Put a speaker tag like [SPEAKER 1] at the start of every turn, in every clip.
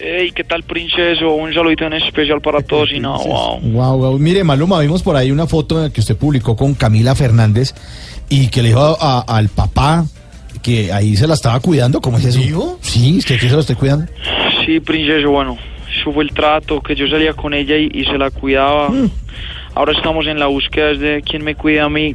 [SPEAKER 1] Hey, ¿qué tal, princeso? Un saludito en especial para todos y no, wow.
[SPEAKER 2] Wow, wow. Mire, Maluma, vimos por ahí una foto que usted publicó con Camila Fernández y que le dijo a- a- al papá que ahí se la estaba cuidando. ¿Cómo es eso? Sí, es que aquí se la estoy cuidando.
[SPEAKER 1] Sí, princeso, bueno, eso fue el trato, que yo salía con ella y, y se la cuidaba. Ahora estamos en la búsqueda de quién me cuida a mí.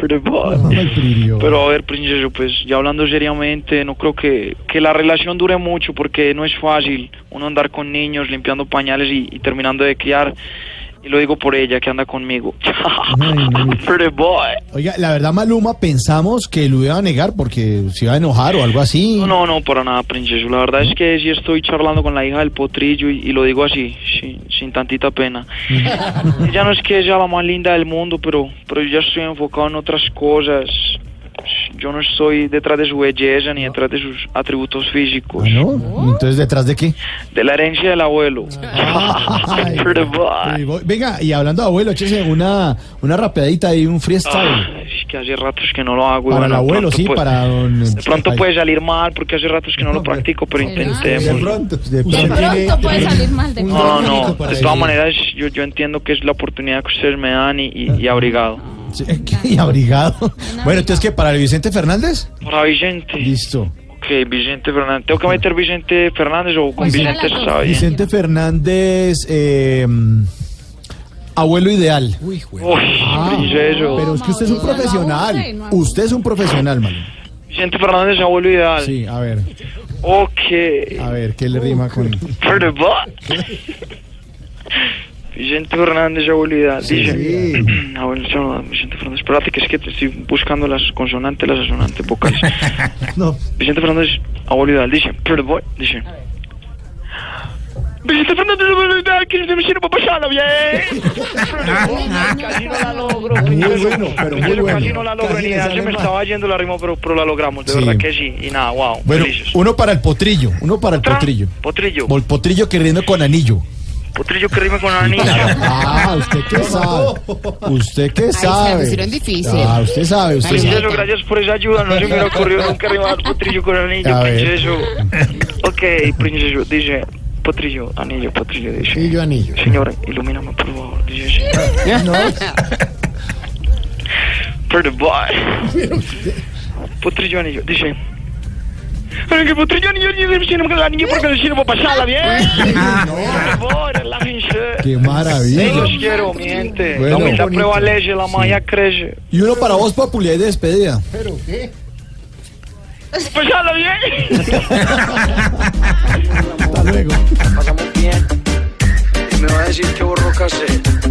[SPEAKER 1] Pretty
[SPEAKER 2] Oh
[SPEAKER 1] boy. Pero a ver, princeso, pues ya hablando seriamente, no creo que, que la relación dure mucho porque no es fácil uno andar con niños limpiando pañales y, y terminando de criar. Y lo digo por ella que anda conmigo. Pretty boy.
[SPEAKER 2] Oiga, la verdad, Maluma, pensamos que lo iba a negar porque se iba a enojar o algo así.
[SPEAKER 1] No, no, no, para nada, princeso. La verdad es que sí estoy charlando con la hija del potrillo y, y lo digo así, sin, sin tantita pena. Ella no es que sea la más linda del mundo, pero, pero yo ya estoy enfocado en otras cosas. Yo no estoy detrás de su belleza ni detrás de sus atributos físicos.
[SPEAKER 2] Ah, ¿no? Entonces, ¿detrás de qué?
[SPEAKER 1] De la herencia del abuelo.
[SPEAKER 2] Ah. Ay,
[SPEAKER 1] Pretty boy.
[SPEAKER 2] Eh, voy- Venga, y hablando de abuelo, échese una, una rapeadita y un
[SPEAKER 1] Ah,
[SPEAKER 2] freestyle.
[SPEAKER 1] es que hace ratos que no lo hago. y
[SPEAKER 2] Para el
[SPEAKER 1] bueno, de
[SPEAKER 2] abuelo,
[SPEAKER 1] pronto
[SPEAKER 2] sí,
[SPEAKER 1] puede-
[SPEAKER 2] para don...
[SPEAKER 1] De pronto pues, puede salir mal porque hace ratos que no lo practico, pero
[SPEAKER 2] De
[SPEAKER 1] intentemos.
[SPEAKER 2] pronto, de
[SPEAKER 3] De
[SPEAKER 2] pronto.
[SPEAKER 3] pronto puede salir mal de mí.
[SPEAKER 1] No,
[SPEAKER 2] Bonito
[SPEAKER 1] no,
[SPEAKER 2] para
[SPEAKER 1] de
[SPEAKER 2] él.
[SPEAKER 1] todas maneras yo, yo entiendo que es la oportunidad que ustedes me dan y, y-
[SPEAKER 2] Ah.
[SPEAKER 1] y abrigado.
[SPEAKER 2] Sí, y abrigado. Bueno, entonces, ¿qué? ¿Para el Vicente Fernández?
[SPEAKER 1] Para Vicente.
[SPEAKER 2] Listo.
[SPEAKER 1] Ok, Vicente Fernández. ¿Tengo que meter Vicente Fernández o con
[SPEAKER 3] Cualquiera
[SPEAKER 1] Vicente
[SPEAKER 3] de las dos.
[SPEAKER 1] está bien?
[SPEAKER 2] Pues Vicente Fernández, eh, abuelo ideal.
[SPEAKER 1] Uy, princeso.
[SPEAKER 2] Ah, Pero es que usted es un
[SPEAKER 3] Mauricio, no abuse,
[SPEAKER 2] profesional.
[SPEAKER 3] no abuse.
[SPEAKER 2] Usted es un profesional, man.
[SPEAKER 1] Vicente Fernández, abuelo ideal.
[SPEAKER 2] Sí, a ver,
[SPEAKER 1] Ok.
[SPEAKER 2] a ver, ¿qué le rima con...?
[SPEAKER 1] Pero va. Vicente Fernández, abuelo ideal. Dice. Abuelo, chao, Vicente Fernández. Espérate, que es que te estoy buscando las consonantes, las asonantes vocales.
[SPEAKER 2] No,
[SPEAKER 1] Vicente Fernández, abuelo ideal, dice, pero voy, dice. Vicente Fernández, abuelo ideal, que se me sirva pasando bien. Casi no la logro,
[SPEAKER 2] muy bueno, pero muy
[SPEAKER 1] Pero casi no
[SPEAKER 2] bueno.
[SPEAKER 1] la logro,
[SPEAKER 2] Casi
[SPEAKER 1] ni
[SPEAKER 2] le
[SPEAKER 1] nada,
[SPEAKER 2] sale
[SPEAKER 1] se me
[SPEAKER 2] mal.
[SPEAKER 1] estaba yendo la rima, pero, pero la logramos, de
[SPEAKER 2] Sí.
[SPEAKER 1] verdad que sí. Y nada, wow,
[SPEAKER 2] Bueno,
[SPEAKER 1] felices.
[SPEAKER 2] uno para el potrillo, uno para el
[SPEAKER 1] Otra,
[SPEAKER 2] potrillo.
[SPEAKER 1] Potrillo.
[SPEAKER 2] Pol- Potrillo que riendo con anillo.
[SPEAKER 1] Potrillo que rime con la niña.
[SPEAKER 2] Ah, ¿usted qué sabe? ¿Usted qué
[SPEAKER 3] se
[SPEAKER 2] sabe?
[SPEAKER 3] la pusieron difícil.
[SPEAKER 2] Ah, usted sabe, usted
[SPEAKER 1] Princeso,
[SPEAKER 2] sabe.
[SPEAKER 1] gracias por esa ayuda. No se me hubiera ocurrido nunca rimar potrillo con anillo,
[SPEAKER 2] A ver.
[SPEAKER 1] princeso. Ok, princeso, dice potrillo, anillo, potrillo, dice.
[SPEAKER 2] yo anillo.
[SPEAKER 1] Señor, ilumíname, por favor. Dice, señor.
[SPEAKER 2] No,
[SPEAKER 1] Pretty boy. Potrillo anillo, dice. Pero que potrillo anillo, yo le sirvo la niña porque le sirvo pasarla bien. Por favor, relájense.
[SPEAKER 2] qué
[SPEAKER 1] Yo
[SPEAKER 2] maravilla.
[SPEAKER 1] los quiero, mi gente.
[SPEAKER 2] Bueno.
[SPEAKER 1] la humildad prevalece, la malla crece.
[SPEAKER 2] Y uno para vos, Populi, ahí de despedida.
[SPEAKER 1] Pasarla bien.
[SPEAKER 2] Hasta luego.
[SPEAKER 1] Pasamos bien. Me va a decir que borró cassette.